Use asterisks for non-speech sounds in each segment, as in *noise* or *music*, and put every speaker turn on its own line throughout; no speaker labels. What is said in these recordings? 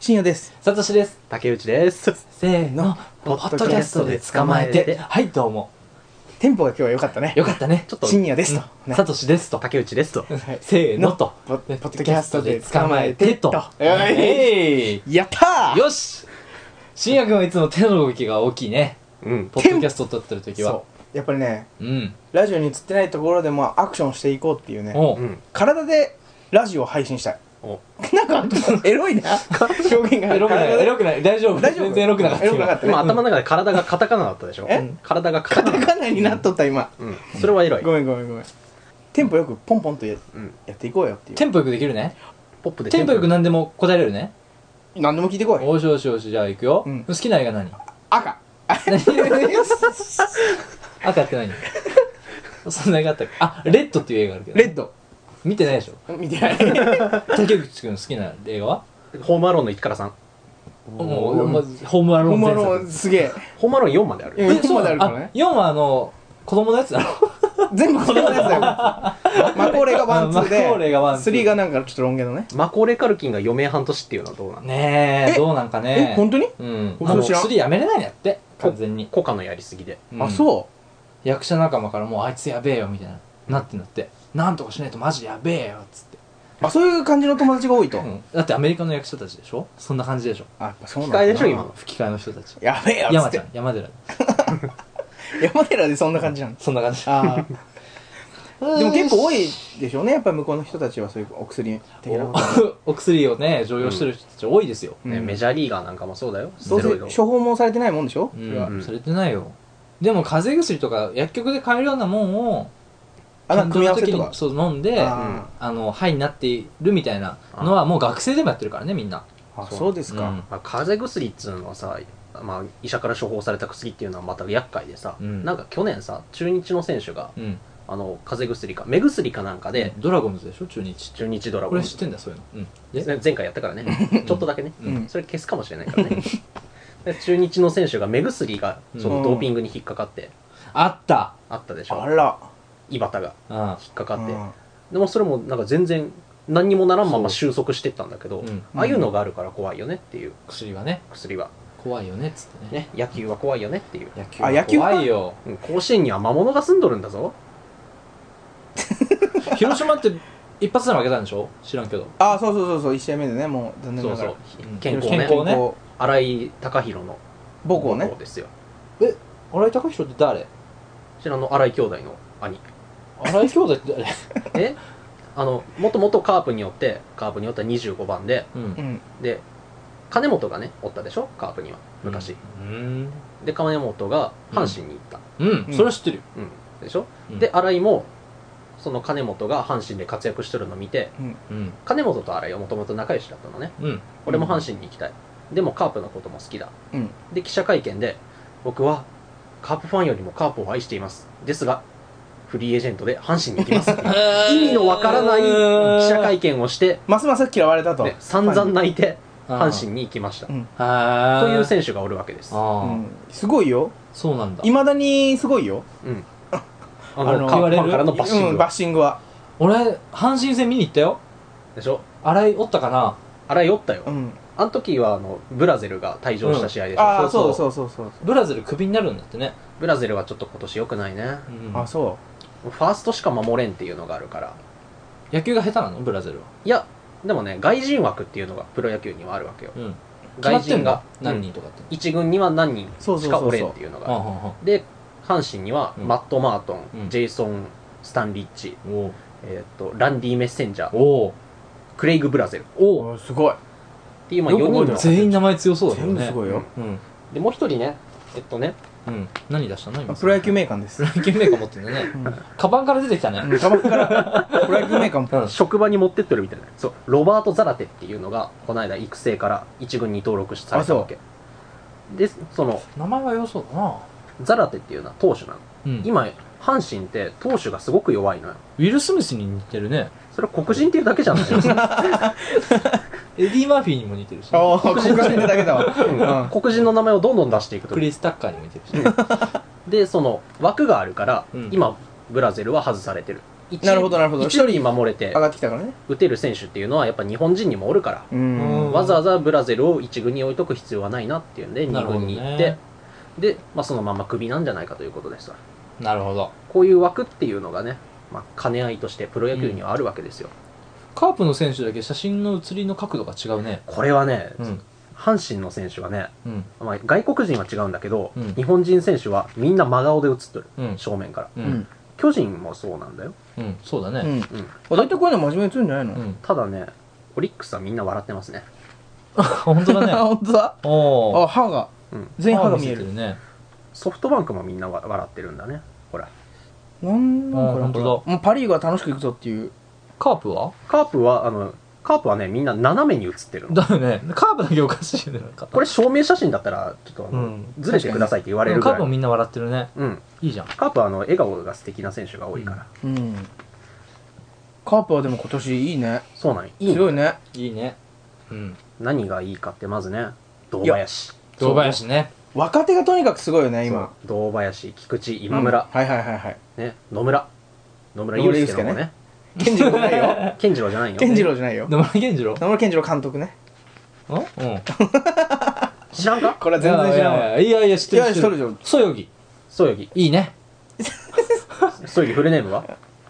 深夜です。
サトシです。
竹内です。
せーの、
ポッドキャストで捕まえて。はい、どうも。
テンポが今日は良かったね。
よかったね。
ちょっと、
深夜ですと。ね
サトシですと。
竹内ですと。
はい
*laughs* せーのと。
ポポッドキャストで捕まえてと
*laughs* と。
え
え
やった
い。よし深夜くんはいつも手の動きが大きいね。
うん。
ポッドキャスト撮ってる時
ー
は
そ。う。やっぱりね、
うん。
ラジオに映ってないところでもアクションしていこうっていうね。
お
う。
うん
体でラジオを配信したい。 *laughs*
お
なんか、エロいな。 *laughs* 表現が。
エロくない、エロくない。大丈夫。
大丈夫
全然エロくなかった。
エロくなかった
今頭の中で体がカタカナだったでしょ
え
うん体がカ
カ
タ
タ
カナ。
カナになっとった今。
うん。それはエロい
ご。めんごめんごめん。テンポよくポンポンとや
うん。
やっていこうよってい
今テンポよくできるね。
ポップで
テンポよく
な。
何でも答えれるね。
う。何でも聞いてこい。
おしおしおし、じゃあ行くよ
うん。
好きな映画何
赤。
赤って何そんな映画あったっけあ、レッドっていう映画あるけど。
レッド。
見てないでしょ
見て *laughs* ない。
竹内くん好きな映画は
ホームアローンの一からさん。
もう、まずホームアロ
本
ーン前作
物すげえ。
ホームアローン4まである。
え、そうまであるから
あ
ね。
4はあの子供のやつだろ
全部子供のやつだよ。マコーレがワンツー
マコーレがワン
で、
ツー
スリーがなんかちょっとロン毛のね。
マコーレカルキンが余命半年っていうのはどうなの
ねえ
え
どうなんかね
え、本当に
うん
僕
あの
知らん
薬やめれないんやって完全に、
コカのやりすぎで。
うん
あ、そう。
役者仲間からもうあいつやべえよみたいななってんだってなんとかしないとマジやべえよっつって、
あ、そういう感じの友達が多いと
う。んだってアメリカの役者たちでしょそんな感じでしょ
あ、やっぱそうなん
控え
だ
でしょ今の
吹き替えの人たち
やべえよっつ
山
っ
ちゃ
て
ん。山寺
山寺でそんな感じなの。
そんな感じ
ああ。
で
でも結構多いでしょうね。やっぱり向こうの人たちはそういうお薬的なこと。
*laughs* おお薬をね常用してる人たち多いですよ、
ね
うん
メジャーリーガーなんかもそうだよ。
どう
ゼ
せ
ロイド。
処方もされてないもんでしょ
う
それは
ん、されてないよでも風邪薬とか薬局で買えるようなもんを
あ、なんか組み合わせとか。
そう飲んであ
あ
の肺になっているみたいなのはもう学生でもやってるからねみんな
ーあ、そうですか。
まあ、風邪薬っつうのはさ、まあ、医者から処方された薬っていうのはまた厄介でさ、
うん
なんか去年さ、中日の選手が、
うん、うん、
あの、風邪薬か、目薬かなんかで、
ドラゴンズでしょ中日
中日ドラ
こ
ゴン
れ
ズ
知ってんだそういうのうんで
ね前回やったから
う
ね
ん
ちょっとだけね、
うん
それ消すかもしれないからね
*laughs*
で中日の選手が目薬がそ
うん
のドーピングに引っかかって
あった
あったでし
あ
ょ
ら。
井端が
あ
引っかかって、
うん
でもそれもなんか全然何にもならんまま
そ
収束してったんだけど、
うん
ああいうのがあるから怖いよねっていう
薬はね
薬は
怖いよねっつってね
ね野球は怖いよねっていう、
野球
あ野球か
怖いよ
うん甲子園には魔物が住んどるんだぞ
広島って一発で負けたんでしょ知らんけど
あ、そうそうそうそう。一試合目でね、もう残念
そ
な
う
が
そ
ら
う。
うん
健康
健
ね
康ね
こう
荒井貴弘の
母校ね。
ですよ
新井貴弘って誰
こちらの荒井兄弟の兄
新井兄弟って誰
えあのもともとカープによってカープによっては25番で
う
うんん。
で金本がねおったでしょカープには昔、
うん
で金本が阪神に行った、
うん、それは知ってるよ、
うんでしょ、
うん
で新井もその金本が阪神で活躍してるの見て
うん
金本と新井はもともと仲良しだったのね
うん
俺も阪神に行きたいでもカープのことも好きだ、
うん
で記者会見で僕はカープファンよりもカープを愛していますですがフリーエージェントで阪神に行きます意味のわからない記者会見をして
ますます嫌われたと。
で散々泣いて
見
阪神に行きました
あー
という選手がおるわけです。
あ
う
ー
ん。すごいよ。
そうなんだ
いまだにすごいよ。
うん。あ
あの
の、カープファンからの
うん
バッシング
バッシングは。
俺阪神戦見に行ったよ
でしょ
新井おったかな
あれ酔ったよ
う。ん。
あの時は、あの、ブラゼルが退場した試合でしょ。
ああ、
そ
そうう
そ
そうそうそう。
ブラゼルクビになるんだってね、
ブラゼルはちょっと今年良くないね。
うん
あ、そ
ファーストしか守れんっていうのがあるから。
野球が下手なのブラゼルは、
いや、でもね、外人枠っていうのがプロ野球にはあるわけよ。
うん、
外人が
決まってんの何人とかって、
一軍には何人
そうそ
し
うそう
か
そう
おれんっていうの
あ
があ
はんは
る。で、阪神には、
うん
マット・マートン、
うん
ジェイソン・スタン・リッチ、
んおう
えーっと、ランディ・メッセンジャー、
おう
クレイグ・ブラゼルっ
う。
おう
おーすごい。
ていう、まあ、
よく
4人
覚えて
の
る。全員名前強そうだよ
全部
ね
すごいよ。
うん、
で、もう一人ね、えっとね、
うん、何出したの今
プロ野球メーカーです
*laughs* プロ。野球メーカー持ってんだね
うん。
カバンから出てきたね、
うん、鎌からプロ野球メー
*laughs*
カーも。
うん、
職場に持ってってるみたいなそうロバート・ザラテっていうのがこの間育成から一軍に登録されたわけでその
名前は良そうだな、
ザラテっていうのは投手なの
うん、ウ
今阪神って投手がすごく弱いのよ
ィル・スミスに似てるね
それは黒人っていうだけじゃないよ
エディ・マーフィーにも似てるしね、
あ *laughs* あ、黒人ってだけだわ。
*laughs*
*laughs*
黒人の名前をどんどん出していくと
クリス・タッカーにも似てるしね、
でその枠があるから、
うん
今ブラゼルは外されてる
一
なるほどなるほど
一人守れて
上がってきたからね
打てる選手っていうのはやっぱ日本人にもおるから、
うん
うん
わざわざブラゼルを1軍に置いとく必要はないなっていうんで
な
2
るほど
軍
ね
に行って、で、まあ、そのままクビなんじゃないかということですわ
なるほど
こういう枠っていうのがね、まあ、兼ね合いとしてプロ野球にはあるわけですよ、
カープの選手だけ写真の写りの角度が違うね
これはね、
うん
阪神の選手はね、
うん
まあ、外国人は違うんだけど、
うん
日本人選手はみんな真顔で写ってる
うん
正面から
う
うんん
巨人もそうなんだよ、
うんそうだ
う
ね
ん
うん、
あ大体こういうの真面目に映るんじゃないの、
うん
ただねオリックスはみんな笑ってますね
本当だ
あ
ね
*laughs* 本当だ
お
あ
お
歯が
うん
全員歯が見える
ね
ソフトバンクもみんなわ笑ってるんだねほら
なんだこ
あ
れ
本当だ
もうパ・リーグは楽しくいくぞっていう
カープは
カープはあのカープはねみんな斜めに写ってるの
だよねカープだけおかしいよね
こ
こ
れ証明写真だったらちょっとあの、
うん
ずれてくださいって言われるぐ
カー
らい
プもみんな笑ってるね
うん、
いいじゃん
カープはあの笑顔が素敵な選手が多いから、
うんカープはでも今年いいね
そうなんよいいね
強いね
いいねうん
何がいいかってまずね堂林
堂林ね
若手がとにかくすごいよね
そう
今
堂林菊池今村、
はいはいはいはい
ね、野村野村
野村
祐介の方
祐介
ね
健次郎じゃない
*laughs*
よ
健次郎じゃないよ
健次郎じゃないよ
野村健次郎ん
野村健次郎監督ね
うん
知らんか
これは全然知らんわ
いやいやいやいやいや知って
いや
る
知っとるじゃん
そよぎ
そよぎ
いいね
そよぎフルネームは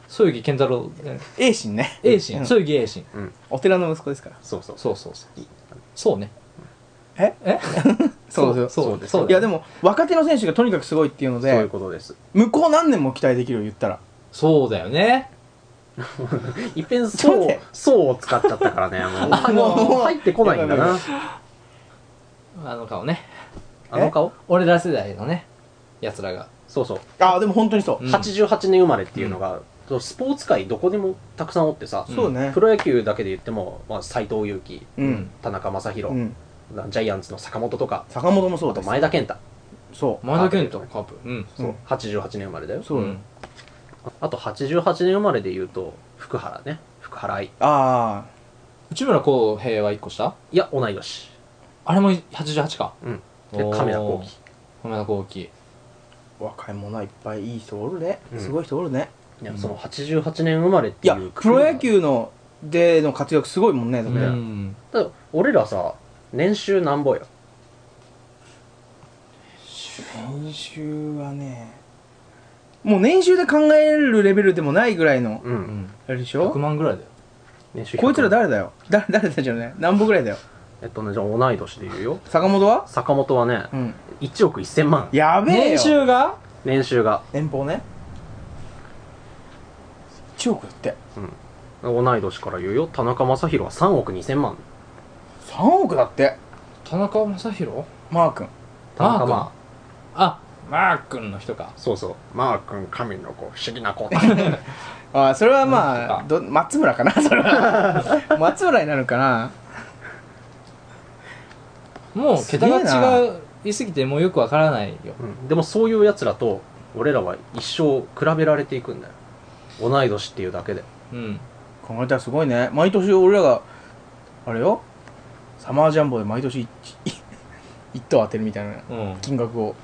そよぎ健太郎ね
栄心ね
A
う
心
ん
そよぎ A 心
お寺の息子ですから
そうそう
そうそうそうそうね
え
え
*laughs* そうです
そうですそう
いやで
も
も若手の選手がとにかくすごいっていうの
そういう
で
ことです
向こう何年も期待できるよ言ったら
そうだよね
いっぺん
ちょっと
そ
待
う
って
そうを使っちゃったから
*laughs*
ねもう
もう
もう入ってこないんだ
やば
な
あの顔ね
あの顔
俺ら世代のねやつらが
そうそう
ああでも本当にそうう、
ん
88年生まれっていうのが、そうスポーツ界どこにもたくさんおってさ、
ん
そうね
プロ野球だけで言っても、まあ、斎藤佑樹
うん、
田中将大、
うん、
ジャイアンツの坂本とか
坂本もそ
あ
うだ
と
す
前田健太、
そう
前田健太カープうん
うん
そう88年生まれだよ
そうだね、
あと88年生まれで言うと福原ね福原愛
あ
内村航平は1個下
いや同い年
あれも88か
うんで
おー
亀田光輝
亀田光輝
あ若い者はいっぱいいい人おるね、
うん
すごい人おるね
いや
うん
その88年生まれっ
い
てい
や
う
プロ野球のでの活躍すごいもんねだって、
ね
うん
ただ俺らさ年収なんぼよ
年収はねもう年収で考えるレベルでもないぐらいの
う
うんん
あれでし
100
ょ
万ぐらいだよ
年収100
こいつら誰だよ誰誰だじゃね何歩ぐらいだよ
えっとねじゃあ同い年で言うよ
坂本は
坂本はね
うん
1億1000万
やべえよ
年収が
年収が
年俸ね1億だって
同い年から言うよ田中将大は3億2000万
3億だって
田中将大
マー君
田
マー
中
君あマー君の人か
そうそうマー君神の子不思議な子
ああそれは
マー
まあ
君
ど松村かなそれ *laughs* は松村になるかな
もう
す
桁
げえな
が違いすぎてもうよくわからないよ
*laughs* うんでもそういうやつらと俺らは一生比べられていくんだよ同い年っていうだけで
うん
考えたらすごいね毎年俺らがあれよサマージャンボで毎年 *laughs* 一等当てるみたいな
うん
金額を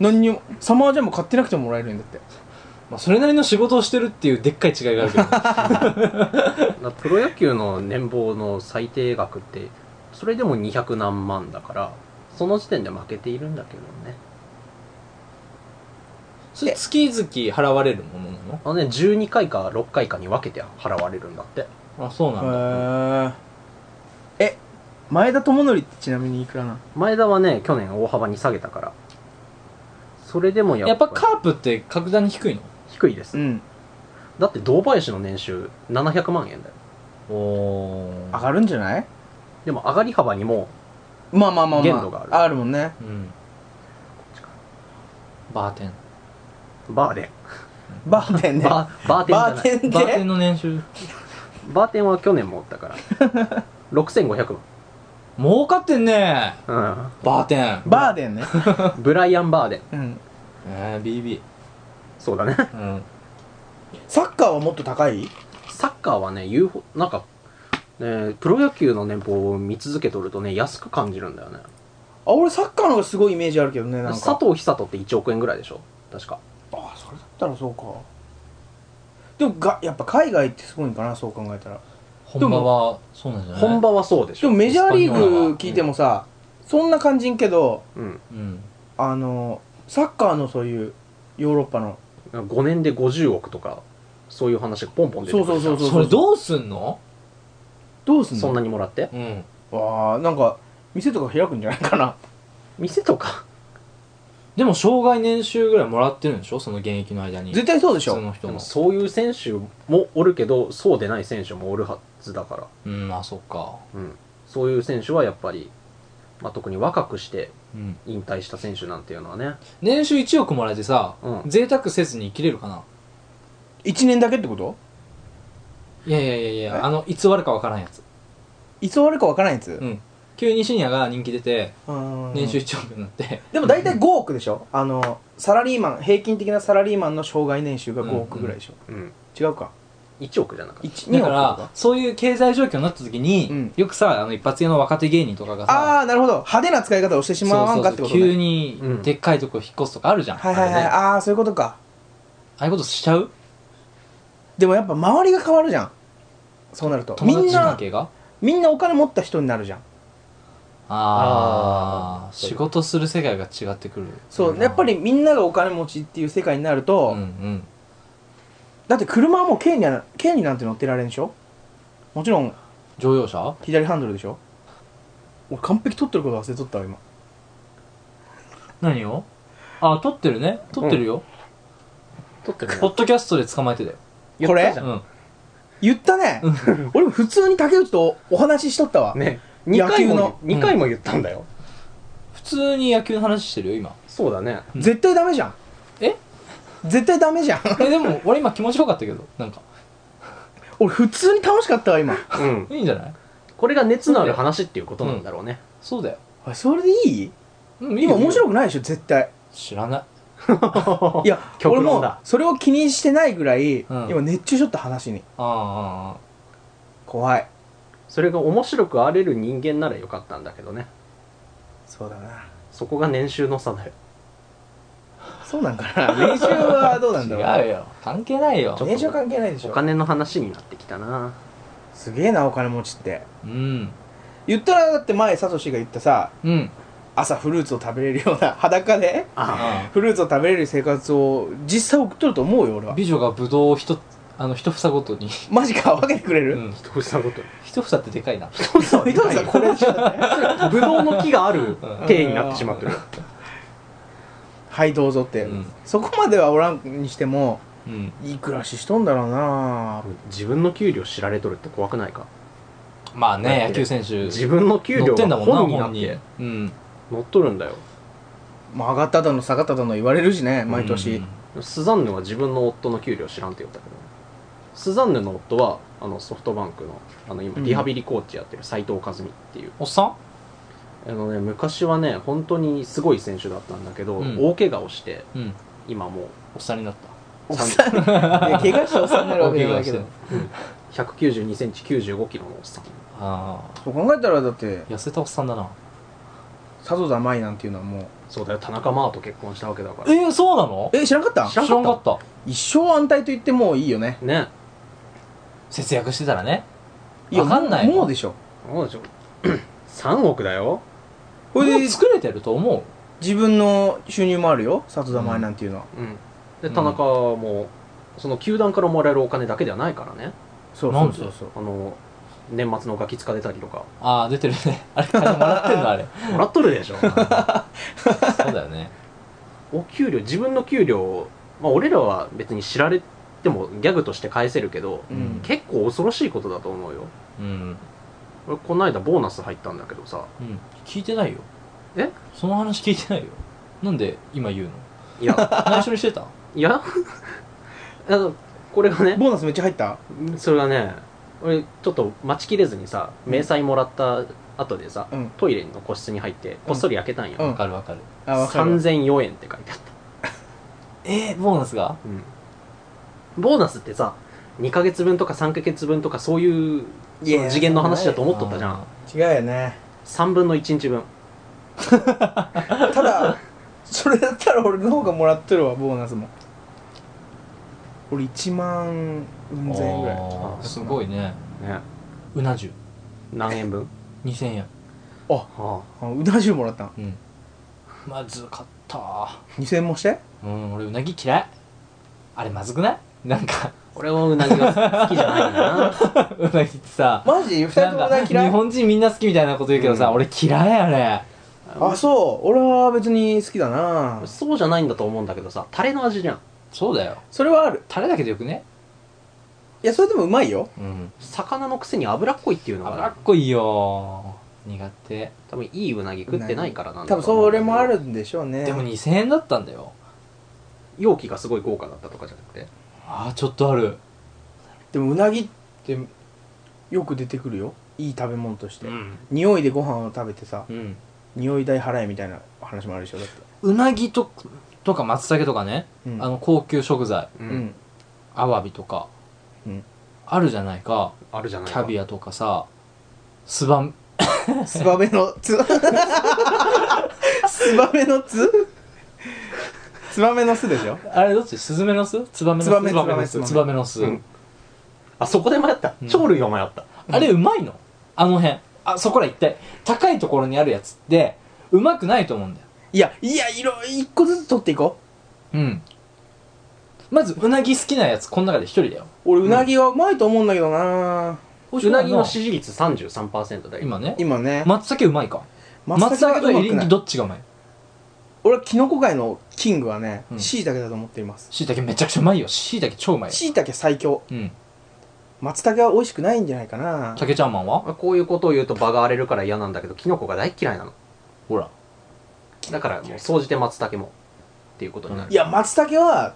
何にもサマージャンボ買ってなくてももらえるんだって
まあそれなりの仕事をしてるっていうでっかい違いがあるけ
*laughs*
ど
だプロ野球の年俸の最低額ってそれでも200何万だからその時点で負けているんだけどね
それ月々払われるものな
あのね12回か6回かに分けて払われるんだって
のあそうなんだ
へええ前田智則ってちなみにいくらな
前田はね去年大幅に下げたからそれでもや
や
っ
っぱ
ぱ
カープって格段に低いの
低いです、
うん
だって堂林の年収700万円だよ
おー
上がるんじゃない
でも上がり幅にも
まあまあまあまあ
限度がある
あるもんね
うんバーテン
バーで
バーテンね
バーバーテンじゃ
バーテンで
バ
ない
ーテンの年収
バーテンは去年もおったから
*laughs*
6500
儲かってんね
万、
バーテン
バーデンね。
うん、ブライアン・バーデン
うん。
えー、BB
そ
*laughs*
うだね
うん
サッカーはもっと高い
サッカーはね、言うほなんか、ね、プロ野球の年俸を見続けとるとね、安く感じるんだよね。
あ、俺サッカーの方がすごいイメージあるけどね、なんか。
佐藤久人って1億円ぐらいでしょ確か。
あ、それだったらそうか。でもがやっぱ海外ってすごいんかなそう考えたら
本場はそうなんじゃない
本場はそうでし
で
ょ
もメジャーリ
スパニョーラ
ーグ
は
聞いてもさ、そんな感じんけど
うん、
うん
あのサッカーのそういうヨーロッパの
5年で50億とかそういう話がポンポン出てくるじゃん
そうそう
それどうすんの
どうすんの
そんなにもらって
うん
わあなんか店とか開くんじゃないかな
店とか
でも障害年収ぐらいもらってるんでしょその現役の間に
絶対そうでし
そ
ょ
の人
でも
も
そういう選手もおるけどそうでない選手もおるはずだから、
うんまあそっか
うん、そういう選手はやっぱり、まあ、特に若くして
うん
引退した選手なんていうのはね、
年収1億もらえてさ
うん、
贅沢せずに生きれるかな
1年だけってこと
いやいやいやい
え
やあのいつ終わるかわからんやつ
いつ終わるかわからんやつ
うん急にシニアが人気出て
うーん
年収1億にな
*laughs*
って
でも大体5億でしょあのサラリーマン平均的なサラリーマンの障害年収が5億ぐらいでしょ、
うん、
違うか
1億じゃなかった
1 2
だ
億と
から
か
そういう経済状況になった時に、
うん
よくさあの一発屋の若手芸人とかが
あ
さ
あなるほど派手な使い方をしてしまわんかってことね
急に
うん
でっかいとこ引っ越すとかあるじゃん、
はいはいはいあ,、
あれね
あーそういうことか
ああいうことしちゃう
でもやっぱ周りが変わるじゃんそうなるとみ
友
ん
達関
な
係が
みんなお金持った人になるじゃん
ああ
あー
仕事する世界が違ってくる
そうやっぱりみんながお金持ちっていう世界になる
うん
と、
うん
だって車はもう軽にな軽になんて乗ってられんでしょもちろん
乗用車
左ハンドルでしょ俺完璧取ってること忘れとったわ今
何をあ撮ってるね撮ってるよ、
取ってる
ポッドキャストで捕まえてたよ、
これ
じゃん
うん、
言ったね
うん
俺も普通に竹内とお話ししとったわ、
ね2
野
回
球の
も二回も言ったんだよ、
普通に野球の話してるよ今
そうだね
うん
絶対ダメじゃん
え
絶対ダメじゃん
えでも俺今気持ちよかったけどなんか
俺普通に楽しかったわ今
うん
いいんじゃない
これが熱のある話っていうことなんだろう *laughs* ね、
そうだよ、
あそれでいい
うん、
今面
い
白くないでしょ絶対
知らない
いや
極
俺
論
も
だ
それを気にしてないぐらい、
うん
今熱中しとった話に
ああああ
怖い
それが面白く荒れる人間ならよかったんだけどね
そうだな
そこが年収の差だよ
そうなんかな練習はどうなんだろ
違うよ関係ないよ
う練習は関係ないでし
お
ょ
金の話になってきたな
すげえなお金持ちって
うん
言ったらだって前サトシが言ったさ
うん
朝フルーツを食べれるような *laughs* 裸で
あ
あ
フルーツを食べれる生活を実際送っとると思うよ俺
あ
は
美女がブドウを一つあの一房ごとに、
マジか分けてくれ
う
る、
ん
あ、一房ごと
一房ってでかいな
*laughs*
一房は
伊
で
藤
かい
さん
よ
これでしょだって
ぶどうの木がある体になってしまってる
はいどうぞって、
うん
そこまではおらんにしても
うん
いい暮らししとんだろうな
自分の給料知られとるって怖くないか
まあ
だっ
ね
て
野球選手
自分の給
乗
料
ってんだ
が
もんな
本にな
本
っ
に
て
うん
乗っとるんだよ
まあ上がっただの下がっただの言われるしね毎年、
うん
スザンヌは自分の夫の給料知らんって言ったけどねスザンヌの夫はあのソフトバンクのあの今
うん
リハビリコーチやってる斎藤和美っていう、
おっさん
あのね昔はね本当にすごい選手だったんだけど、
うん
大怪我をして
うん
今もう
おっさんになった
おっさんいや怪我したおっさんになるわけじゃないけど
大怪
192センチ95キロのおっさん
あ
そう考えたらだって
あ痩せたおっさんだな
佐藤田舞なんていうのはもう
そうだよ田中真央と結婚したわけだか
え
ら
ー、そうなの
え知らんかった
知らん
知らんかった
一生安泰と言ってもういいよね
ね
節約してたらね
いや
わかんない
もう
も
も
う
うでしょ
そうでしょ *clears throat* 3億だよ
これで
作れてると思う
自分の収入もあるよ佐藤田舞なんていうのは、
うんで田中も、その球団からもらえるお金だけではないからね
そう
な
そ
ん
う
で
そうそう
あの年末のガキ使出たりとか
ああ出てるね *laughs* あれ金もらってんのあれ
もらっとるでしょ
そうだよね
お給料自分の給料を、まあ、俺らは別に知られてもギャグとして返せるけど
う
うんん
結構恐ろしいことだと思うよ
うん
俺この間ボーナス入ったんだけどさ
うん聞いてないよ
え
その話聞いてないよなんで今言うの *laughs*
いや
内緒にしてた
いや *laughs* あのこれがね
ボーナスめっちゃ入った
それがね俺ちょっと待ちきれずにさ明細もらった後でさ、
うん
トイレの個室に入ってこっそり開けたんよ、
うん
わかるわかる
あわかるわ
3004円って書いてあった、
えー、ボーナスが
ボーナスってさ2ヶ月分とか3ヶ月分とかそういう
いや
その次元の話だと思っとったじゃ
あ
ん
違うよね
3分の1日分
ただそれだったら俺の方がもらってるわボーナスもこれ1万うん千円ぐらい
あーすごいね
ね
うな重
何円分
2000円
は
あうな重もらったん
うんまずかった
2000円もして
うん俺うなぎ嫌いあれまずくないなんか *laughs*
あ俺はうなぎが好きじゃないんだな
うなぎってさ
マジ2人ともうな
なん
ぎ
か
嫌
日
い
本人みんな好きみたいなこと言うけどさ、
うん
俺嫌いあれ
あそう俺は別に好きだな
そうじゃないんだと思うんだけどさタレの味じゃん
そうだよ
それはある
タレだけでよくね
いやそれでもうまいよ
うん
魚のくせに脂っこいっていうの
脂っ
が
こいよ苦手
多分いいうなぎ食ってないからなんだ
多
と
分
思う
それ
んだけど
もあるんでしょうね
でも2000円だったんだよ
容器がすごい豪華だったとかじゃなくて
ああちょっとある
でもうなぎっ
で
よく出てくるよいい食べ物として、
ん
匂いでご飯を食べてさ
うん
匂い代払えみたいな話もあるでしょだって
うなぎととか松茸とかね、
うん
あの高級食材
う、
うんん
アワビとか、
うん
あるじゃないか
あるじゃない
キャビ
ア
アとかさスバ
スバメのつスバメのつツバメの巣でしょ
あれどっちスズメの巣ツバメの巣
ツバメ
ツバメの巣ツ
ツ
バ
バ
メの巣、
うんあそこで迷った
うん
鳥類が迷った、
あれうまいのあの辺あそこら一体高いところにあるやつってうまくないと思うんだよ
いやいやいろ一個ずつ取っていこ
うんまずうなぎ好きなやつこの中で一人だよ
う俺うなぎはうまいと思うんだけどな、
うなぎの支持率33%だよ
今ね
今ね
松茸うまいか松
茸
茸とエリ
うまく
ン
な
ギ
い
どっちがうまい
俺はキノコ界のキングはね
うん
しいたけだと思っています
椎茸めちゃくちゃうまいよ椎茸超うまいよ
しいたけ最強
うん
松茸は美味しくないんじゃないかな
竹ちゃんマンは
まあこういうことを言うと場が荒れるから嫌なんだけどキノコが大嫌いなの
ほら
だからもう総じて松茸もっていうことになる、
いや松茸は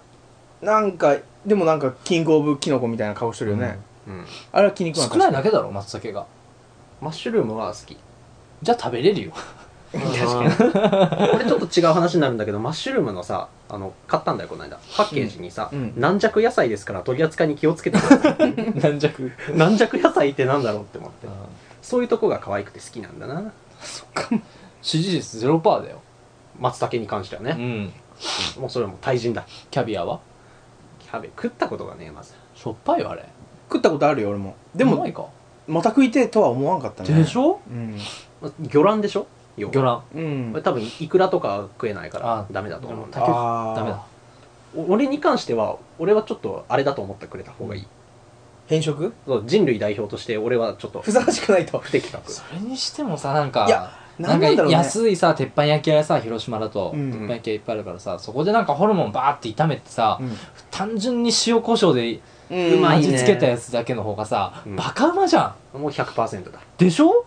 なんかでもなんかキングオブキノコみたいな顔してるよね、
うん、
あれは気に食わ
少ない
い
だけだろ松茸が
マッシュルームは好き
じゃあ食べれ
*laughs*
るよ
確かにこれちょっと違う話になるんだけどマッシュルームのさあの買ったんだよこの間パッケージにさ、
うんうん
軟弱野菜ですから取り扱いに気をつけてください
軟弱
軟弱野菜ってなんだろうって思って
うん
そういうとこが可愛くて好きなんだな
支持率0%だよ
松茸に関しては
う
ね、
ん
もうそれはもう対人だ
キャビアは
キャベ食ったことがねえまず
しょっぱいよあれ
食ったことあるよ俺もで
うま
も
いか
また食いてえとは思わんかったね
でしょ
うん
ま魚卵でしょ要は
魚卵
うん
これ多分イクラとかは食えないか
あ
らダメだと思うんだ
竹
あー
ダメだ
お俺に関しては俺はちょっとあれだと思ってくれた方がいい、
変色
そう人類代表として俺はちょっと
ふさわしくないと
不適格
それにしてもさなんか
いや
な
何
ん
なんだ
か
ろうね
安いさ鉄板焼き屋さ広島だと、
うん
鉄板焼き屋いっぱいあるからさそこでなんかホルモンバーって炒めてさ、
うん
単純に塩コショウで
う
まいね
味付けたやつだけの方がさ、
うん
バカうまじゃん
もう100%だ
でしょ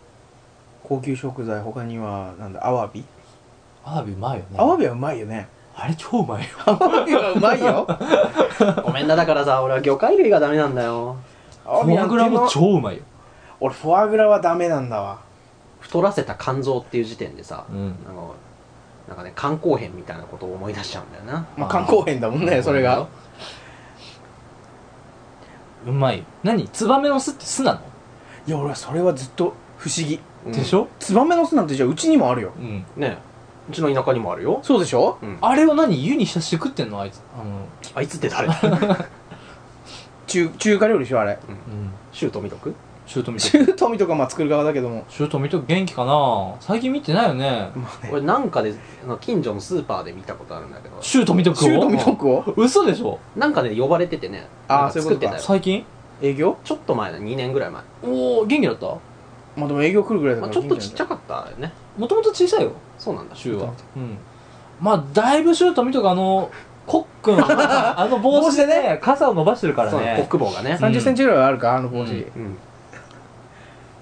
高級食材他にはなんだアワビ
アワビうまいよね
アワビはうまいよね
あれ超うまいよ
アワビはうまいよ
ごめんなだからさ俺は魚介類がダメなんだよ
ア
*laughs*
ワ
フ
ビ
ォ
な
ア
んて
グ
いう
ラ
の
も超うまいよ
俺フォアグラはダメなんだわ
太らせた肝臓っていう時点でさ、
うん
あのなんかね肝硬変みたいなことを思い出しちゃうんだよな
まあ
あー
肝硬変だもんねそれが
うまいよ何ツバメの巣って巣なの、
いや俺はそれはずっと不思議
でしょ
ツバメの巣なんてじゃあうちにもあるよ
うん
うんねえうちの田舎にもあるよ、
そうでしょ
うん、あ
あれを何湯に浸して食ってんのあいつあの
いつって誰
中中華料理でしょあれ
うん
シュート見とく
シュート見て
中富とかまあ作る側だけども
シュート見とく元気かな最近見てないよね
まあね
俺なんかであの近所のスーパーで見たことあるんだけど
シュート見とくを
シュートミトクを
嘘でしょ
なんかで呼ばれててね
あー
なんか作ってたよ
最近
営業
ちょっと前だ2年ぐらい前、
おお元気だったも
まあでも営業来るぐらいだ
ま
から
あ、ちょっとちっちゃ
く
かったよね
ともと小さいよ
そうなんだ
シュー
ち
は
ょっ
うんまあだいぶシュート見とくあのコッ *laughs* クンあの帽子で
帽子で
ね傘を伸ばしてるから
そうなんだ
ね
国防がね
う、ん
3 0ンチぐらいはあるかあの帽子、
うん
うん、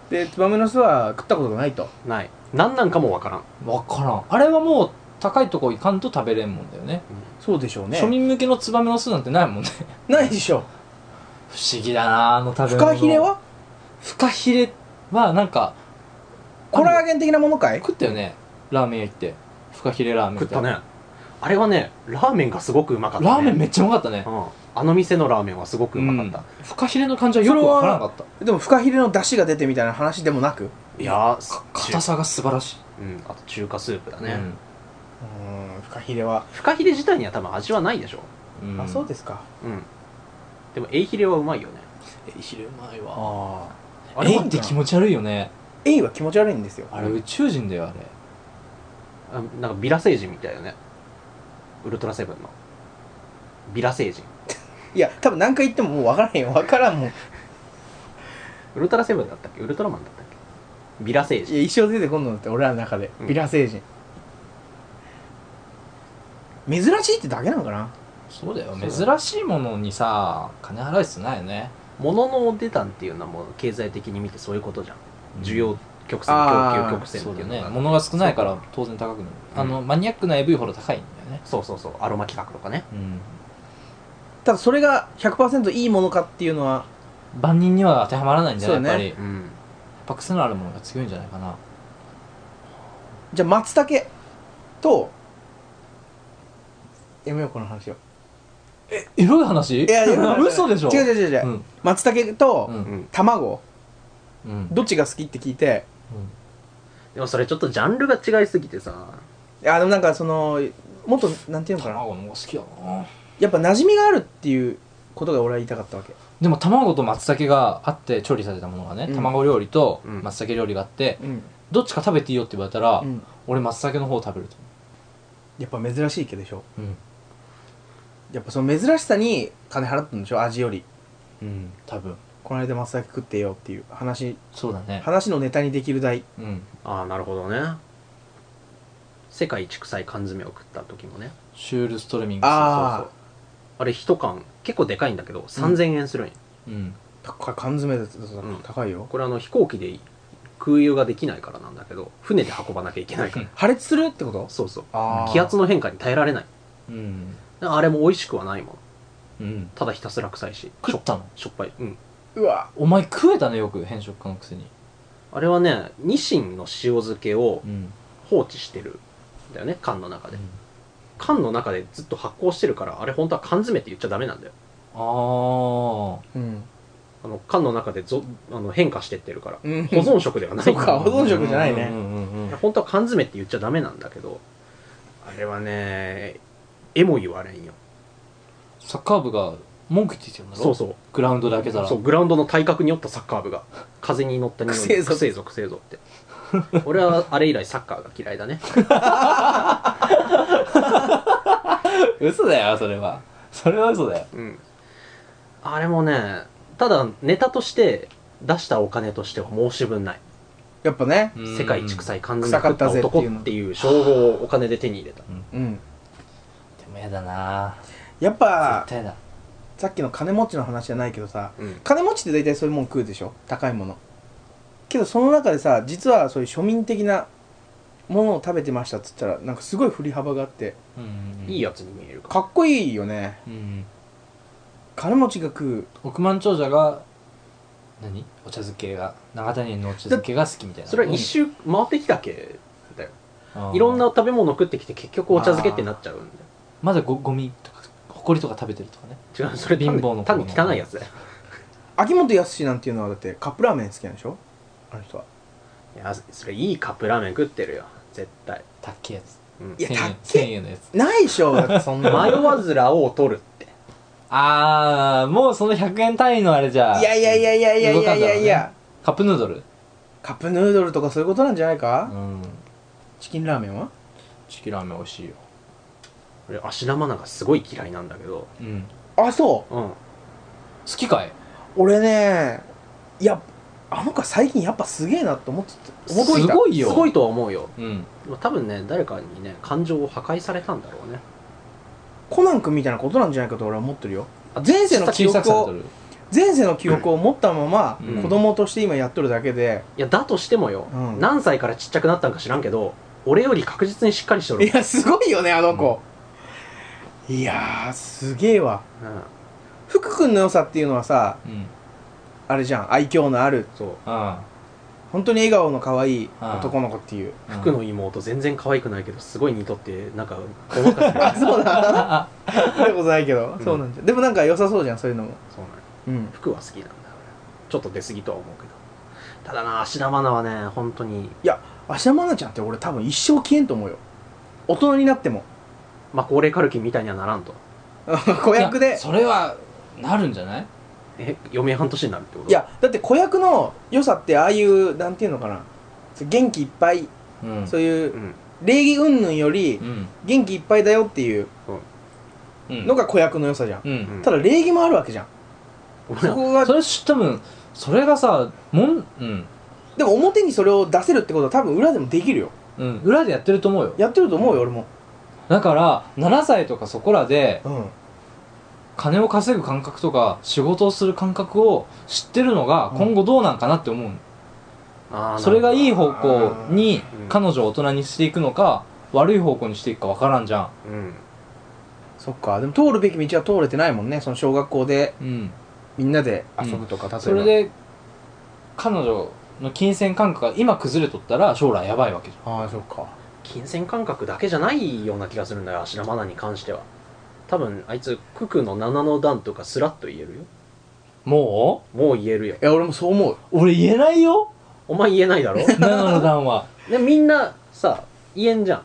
でツバメの巣は食ったことがないと
ない何なんかもわからん
わからんあれはもう高いとこ行かんと食べれんもんだよね
そうでしょうね
庶民向けのツバメの巣なんてないもんね
ないでしょ
*laughs* 不思議だなあの食べ
フ
物
カヒレは
フカヒレはなんか
コラーゲン的なものかい
食ったよねラーメン屋行ってフカヒレラーメン
食った
ね
ねあれはねラーメンがすごくうまかった、ね、
ラーメンめっちゃうまかったね
うんあの店のラーメンはすごくうまかった、
うんフカヒレの感じはよくわからなかった
でもフカヒレの出汁が出てみたいな話でもなくう
いやー
か
中
硬さが素晴らし
うん、あと中華スープだ
い
ね、
ーんフカヒレは、
フカヒレ自体には多分味はないでしょ
うん
あそうですか
うんでもエイヒレはうまいよね
えひれうまいわ
あああれ
え
はい
って気持ち悪いよね
エイは気持ち悪いんですよ
あれ宇宙人だよあれ
あなんかビラ星人みたいよねウルトラセブンのビラ星人
いや多分何回言ってももう分からへんよ分からんもんい
ウルトラセブンだったっけウルトラマンだったっけビラ星人
や一生出てこんのだって俺らの中で
うん
ビラ星人、珍しいってだけなのかな
そうだよ
そう
珍
だ
しいものにさ金払う必要ないよね
物のお出たんっていうのはもう経済的に見てそういうことじゃん需要曲線、
あー
供給曲線
そ
っ
う
て
だ
いう
よね
のが
物が少ないから当然高くなる
うん
あのマニアックな AV ほど高いんだよね
そうそうそうアロマ企画とかね
うん
ただそれが100%いいものかっていうのは
万人には当てはまらないんじゃない
そう
やっ
だ
ぱ
ね
りやっ
うん
ぱ癖のあるものが強いんじゃないかな
じゃあ松茸とやめようこの話を
エロい話
いやい *laughs* や
嘘でしょ
違う違う違う違う、
うん
松茸と、
う
うんん
卵
うん
どっちが好きって聞いて
でもそれちょっとジャンルが違いすぎてさ
いやでもなんかそのもっとなんていうのかな
卵の方が好きだな
やっぱ馴染みがあるっていうことが俺は言いたかったわけ
でも卵と松茸があって調理されたものがね、
うん
卵料理と
うん
松茸料理があって、
うん、
どっちか食べていいよって言われたら、
うん、
俺松茸の方を食べると
やっぱ珍しいけどでしょ
思う、
やっぱその珍しさに金払ったんでしょ味より
うん多分
この間松茸食ってよっていう話
そうだね
話のネタにできる台
うん
ああなるほどね世界一臭い缶詰を食った時もね
シュールストレミング
ああ
あれ一缶結構でかいんだけど3000円するんよ、
そうそううん
高い缶詰だと
ん
高いよ、
これあの飛行機で空輸ができないからなんだけど船で運ばなきゃいけないから
破裂するってこと
そうそう
あー
気圧の変化に耐えられない
うん
あれも美味しくはないもの
うん
ただひたすら臭いし
食ったの
しょっぱいうん
うわ
お前食えたねよく変色家のくせに
あれはねニシンの塩漬けを
うん
放置してるんだよね缶の中で缶の中でずっと発酵してるからあれ本当は缶詰って言っちゃダメなんだよ
あ
うん、
あの缶の中でぞあの変化してってるから
うん、
保存食ではない
そうか
あ
保存食じゃないね
うんうんうんうん
本当は缶詰って言っちゃダメなんだけどあれはね絵も言われんよ
サッカー部が文句言ってきてるんだろ
そうそう
グラウンドで開けたら
そうグラウンドの体格によったサッカー部が風に乗った匂い
くせえぞ
くせえぞくせえぞって俺はあれ以来サッカーが嫌いだね
嘘だよそれはそれは嘘だよ
うんあれもねただネタとして出したお金としては申し分ない
やっぱね
世界一
い
臭い缶詰食っ
臭かった
た
ぜって
男
いうの
っていう称号をお金で手に入れた
うん
でもやだな
やっぱ
絶対だ
さっきの金持ちの話じゃないけどさ
うん
金持ちって大体そういうもん食うでしょ高いものけどその中でさ実はそういう庶民的なものを食べてましたっつったらなんかすごい振り幅があって
うん
いいやつに見えるか
かっこいいよね
うん
金持ちが食う
億万長者が何お茶漬けが長谷園のお茶漬けが好きみたいな
それは一周回ってきたけだよ
うん
いろんな食べ物食ってきて結局お茶漬けってなっちゃうんだよ
まだごゴミとか埃とか食べてるとかね
違うそれ
貧
単に
乏の
単に汚いやつだよ
秋元康なんていうのはだってカップラーメン好きなんでしょあの人はい
やそれいいカップラーメン食ってるよ絶対、
たっけやつ
うん
い、や
1000
たっ
円
け
1000円のやつ
ないでしょだってそん
*laughs*
な
迷わずラオを取るって
あーもうその100円単位のあれじゃ
いやいやいやいやいやいやいやい
動かんだろ
や
カップヌードル
カップヌードルとかそういうことなんじゃないか、
うん
チキンラーメンは
チキンラーメン美味しいよ
俺芦田愛菜がすごい嫌いなんだけど
うん
あそう
うん
好きかい
俺ねいやあの子は最近やっぱすげえなって思ってた思っとい
す
た
ごいよ
すごいとは思うよ
うん
まあ多分ね誰かにね感情を破壊されたんだろうね
コナン君みたいなことなんじゃないかと俺は思ってるよ前世の記
小さく
憶
されて
を
る
前世の記憶を持ったまま
うん
子供として今やっとるだけで、
いやだとしてもよ、
うん
何歳からちっちゃくなったんか知らんけど俺より確実にしっかりしとる
いやすごいよねあの子、いやーすげえわ
うん、
福君の良さっていうのはさ
うん
あれじゃん愛嬌のある
そう
あ
本当に笑顔の可愛い男の子っていう
あ
福の妹全然可愛くないけどすごい似とってなんかご
*laughs*
まかせる
そうだ見たことないけど、
うん
そうなんじゃでもなんか良さそうじゃんそういうのも
そうなんよ
うん
服は好きなんだ俺ちょっと出過ぎとは思うけどただな芦田愛菜はね本当に
芦田愛菜ちゃんって俺多分一生消えんと思うよ大人になっても *laughs*
まあ高齢カルキみたいにはならんと
子役
いや
で
それはなるんじゃない
え余命半年になるってこと
いやだって子役の良さってああいうなんていうのかな元気いっぱい、
うん
そういううん礼儀云々より
うん
元気いっぱいだよっていう
うん
のが子役の良さじゃん、
うん、
うん
ただ礼儀もあるわけじゃん、
俺
そ
は
こが
それし多分それがさもんうん
でも表にそれを出せるってことは多分裏でもできるよ
うん、裏でやってると思うよ
やってると思うよ俺も
だから7歳とかそこらで
うん
金を稼ぐ感覚とか仕事をする感覚を知ってるのが
うん
今後どうなんかなって思う、
あー
それがいい
なる
方向に
うん
彼女を大人にしていくのか悪い方向にしていくか分からんじゃ
ほどうん
そっかでも通るべき道は通れてないもんねその小学校で
ん、うん、
みんなで遊ぶとか、例えば
それで彼女の金銭感覚が今崩れとったら将来やばいわけじ
ああそっか
金銭感覚だけじゃないような気がするんだよ芦田愛菜に関しては多分あいつ九九の七の段とかスラッと言えるよ
ゃんも
もう言えるよ
いや俺もそう思う
う俺言えな
*laughs*
いよ
お前言えないだろ
7の段は
*laughs* でみんなさ言えんじゃ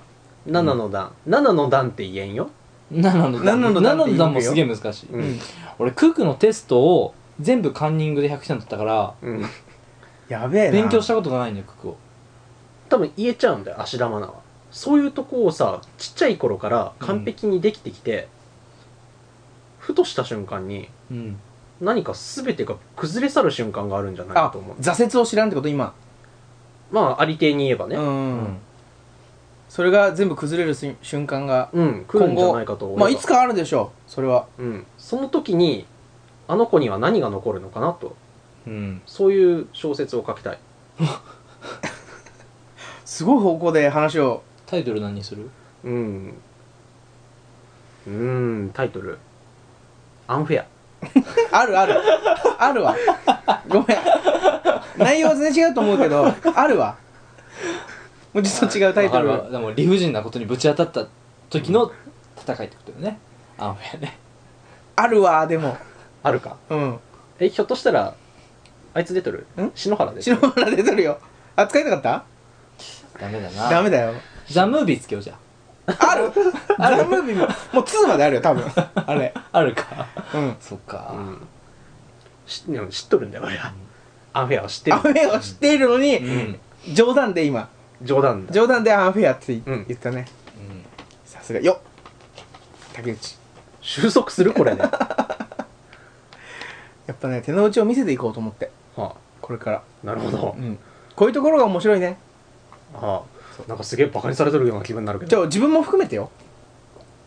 ん7の段、七7の段って言えんよ、
7の段
7の
7
段って言うよ
の段もすげえ難しい
うん
うん
俺クークのテストを全部カンニングで100点取ったから
うん、
やべえな
勉強したことがないんだよクークを
多分言えちゃうんだよ芦田愛菜はそういうとこをさちっちゃい頃から完璧にできてきて、ふとした瞬間に
うん
何か全てが崩れ去る瞬間があるんじゃないか
あ
と思う
挫折を知らんってこと今
まあありていに言えば
う、
ね
うん
それが全部崩れるす瞬間が
うん、来るんじゃないかと俺は
まあいつかあるでしょうそれは
うん、その時にあの子には何が残るのかなと
うん
そういう小説を書きたい
すごい方向で話を
タイトル何にする
うんうーんタイトル「アンフェア
あるあるあるわごめん内容は全然違うと思うけどあるわもうちょっと違うタイトル
わかるわでも理不尽なことにぶち当たった時の戦いってことよねアンフェアね
あるわでも」
あるか
うん
えひょっとしたらあいつ出てる
ん
篠原出て
白
る
原出てるよ扱いたかった
ダメだ
ダ
な
メだよ
ザ・ムービーつけようじゃ
あるザ・ムービーももう2まであるよ多 *laughs* 分あれ
ああるか
うん
そっ
う
か
んしでも知っとるんだよ俺はアンフェアを知ってる
アンフェアを知っているの
う
に
んうん
冗談で今
冗談だ
冗談でアンフェアって言
うん
言ったねさすがよっ竹内
収束するこれね、は
やっぱね手の内を見せていこうと思って
あ、
これから
なるほど
う、んこういうところが面白いね
はあ、なんかすげえバカにされてるような気分になるけ
じゃ
ど
あ自分も含めてよ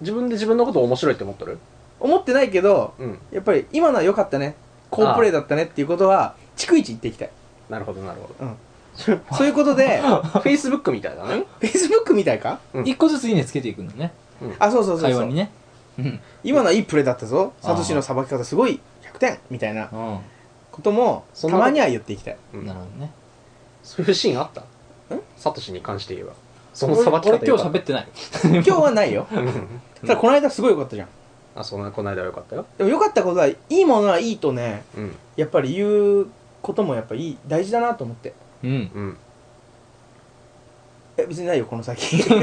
自分で自分のこと面白いって思ってる
思ってないけど
うん
やっぱり今のは良かったね好プレーだったねっていうことは逐一言っていきたい
なるほどなるほど
そういうこと *laughs* で
フェイスブックみたいだね
Facebook みたいか
うん
一個ずついいねつけていくのね
あそうそうそう
会
そ
話
う
にねうん
今のはいいプレーだったぞ
あー
サトシのさばき方すごい100点みたいな
うん
ことも
そ
た
んなこ
ま
と
には言っていき *laughs* たい
うん
なるほどね
そういうシーンあったサトシに関して言えば。その
俺
さばき方
俺今日
よか
喋ってない
今日はないよ
った
ただこの間すごい良かったじゃん
あ、そんな、この間よかったよ。
でも良かったことはいいものはいいとね
うん。
やっぱり言うこともやっぱいい大事だなと思って
うん
うん。
え別にないよこの *laughs* 先あの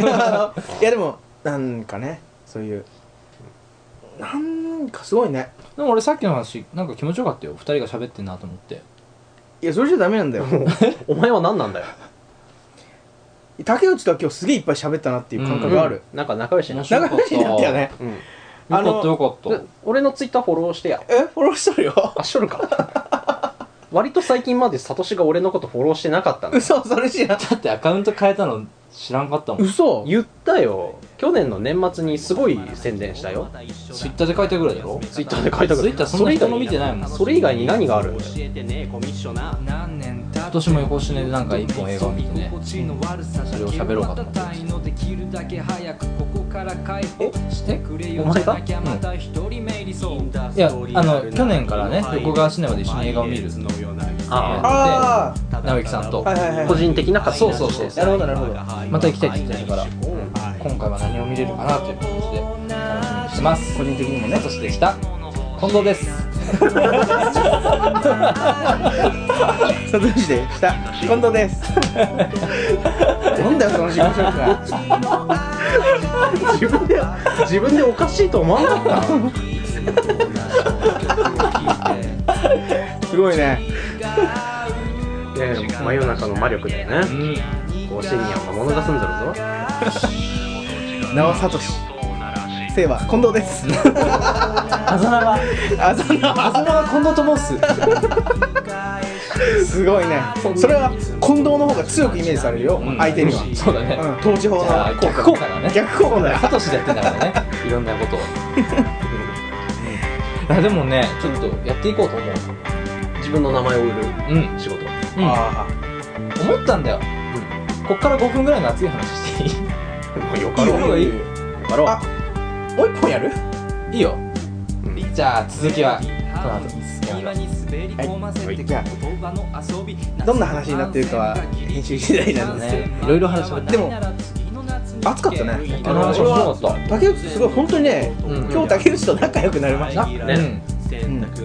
いやでもなんかねそういうなんかすごいね
でも俺さっきの話なんか気持ちよかったよ二人が喋ってんなと思って
いやそれじゃダメなんだよ
*laughs* お前は何なんだよ。
竹内とは今日すげえいっぱい喋ったなっていう感覚がある、
なんか仲良しにな
面
っちゃ
長ん、
白かった
長になったよね
う。うん。
よ
あの
かったよかった
で俺のツイッターフォローしてや。
えフォローしとるよ *laughs*
あ、しょるか。 *laughs* 割と最近までサトシが俺のことフォローしてなかったの。
嘘それ知らん
だってアカウント変えたの知らんかったもん
嘘
言ったよ。去年の年末にすごい宣伝したよ。
ツイッターで書いたぐらいだろ
ツイッターで書いたぐ
ツ
らい
イッターそんな人の見てないもん
それ以外に何があるんだよ。
今年も横シネでなんか一本映画を見てねそれを喋ろうかと思ってますえして
お前が
いやあの去年からね横川シネマで一緒に映画を見るって
あ
あ
あ
直樹さんと、
はいはいはい
個人的な活動
そうそうそう
して
なるほどなるほど
また行きたいって言ってたから
うん
今回は何を見れるかなという感じで楽しみにしてます
個人的にもね
そしてきた近藤です
サトシでした近藤ですなんだよその自己紹介
*laughs* 自分で自分でおかしいと思わなかった
*laughs*
*laughs*
すごいね
やいや真夜中の魔力だよね
うん
甲子園には魔物が住んでるぞ
直聡姓は近藤です *laughs*
あざなは
あそんな
あざなは近藤と申す
すごいねそれは近藤の方が強くイメージされるよ、相手には、
そうだね、
うん、統治法
じゃあ
の
逆効果だね
逆効果だよ
サトシでやってんだからねいろんなことをあでもねちょっとやっていこうと思う
自分の名前を売る
うん、
仕事
うん、思
あ
ったんだよ、こっから5分ぐらいの熱い話してい
よ
あ
か
いい
ろう
よいいよ
よかろう
あもう一本やる
いいいよ
うん
じゃあ続きは
じゃあどんな話になってるかは編集次第なんですけど
ねいろいろ話しました
でも暑かったね
あの話面白かっ
竹内ってすごい本当にね
うん
今日竹内と仲良くなりましたた、
な、
ね
うん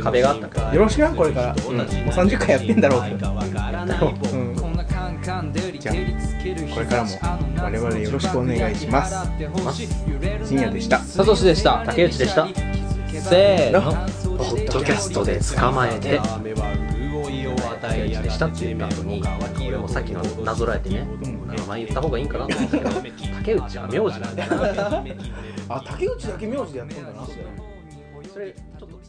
壁があったから
よろしくなこれから、
うん
もう30回やってんだろ *laughs* うけど、うんじゃあこれからも我々よろしくお願いします深夜でした
サトシでした
竹内でした
せーの
ポッドキャストで捕まえて竹内でしたって言った後に俺もさっきのなぞらえてね
うん
名前言った方がいいんかなと思ったけ
*laughs*
ど竹内は名字なんだな
あ竹内だけ名字でやってんだな
それちょっと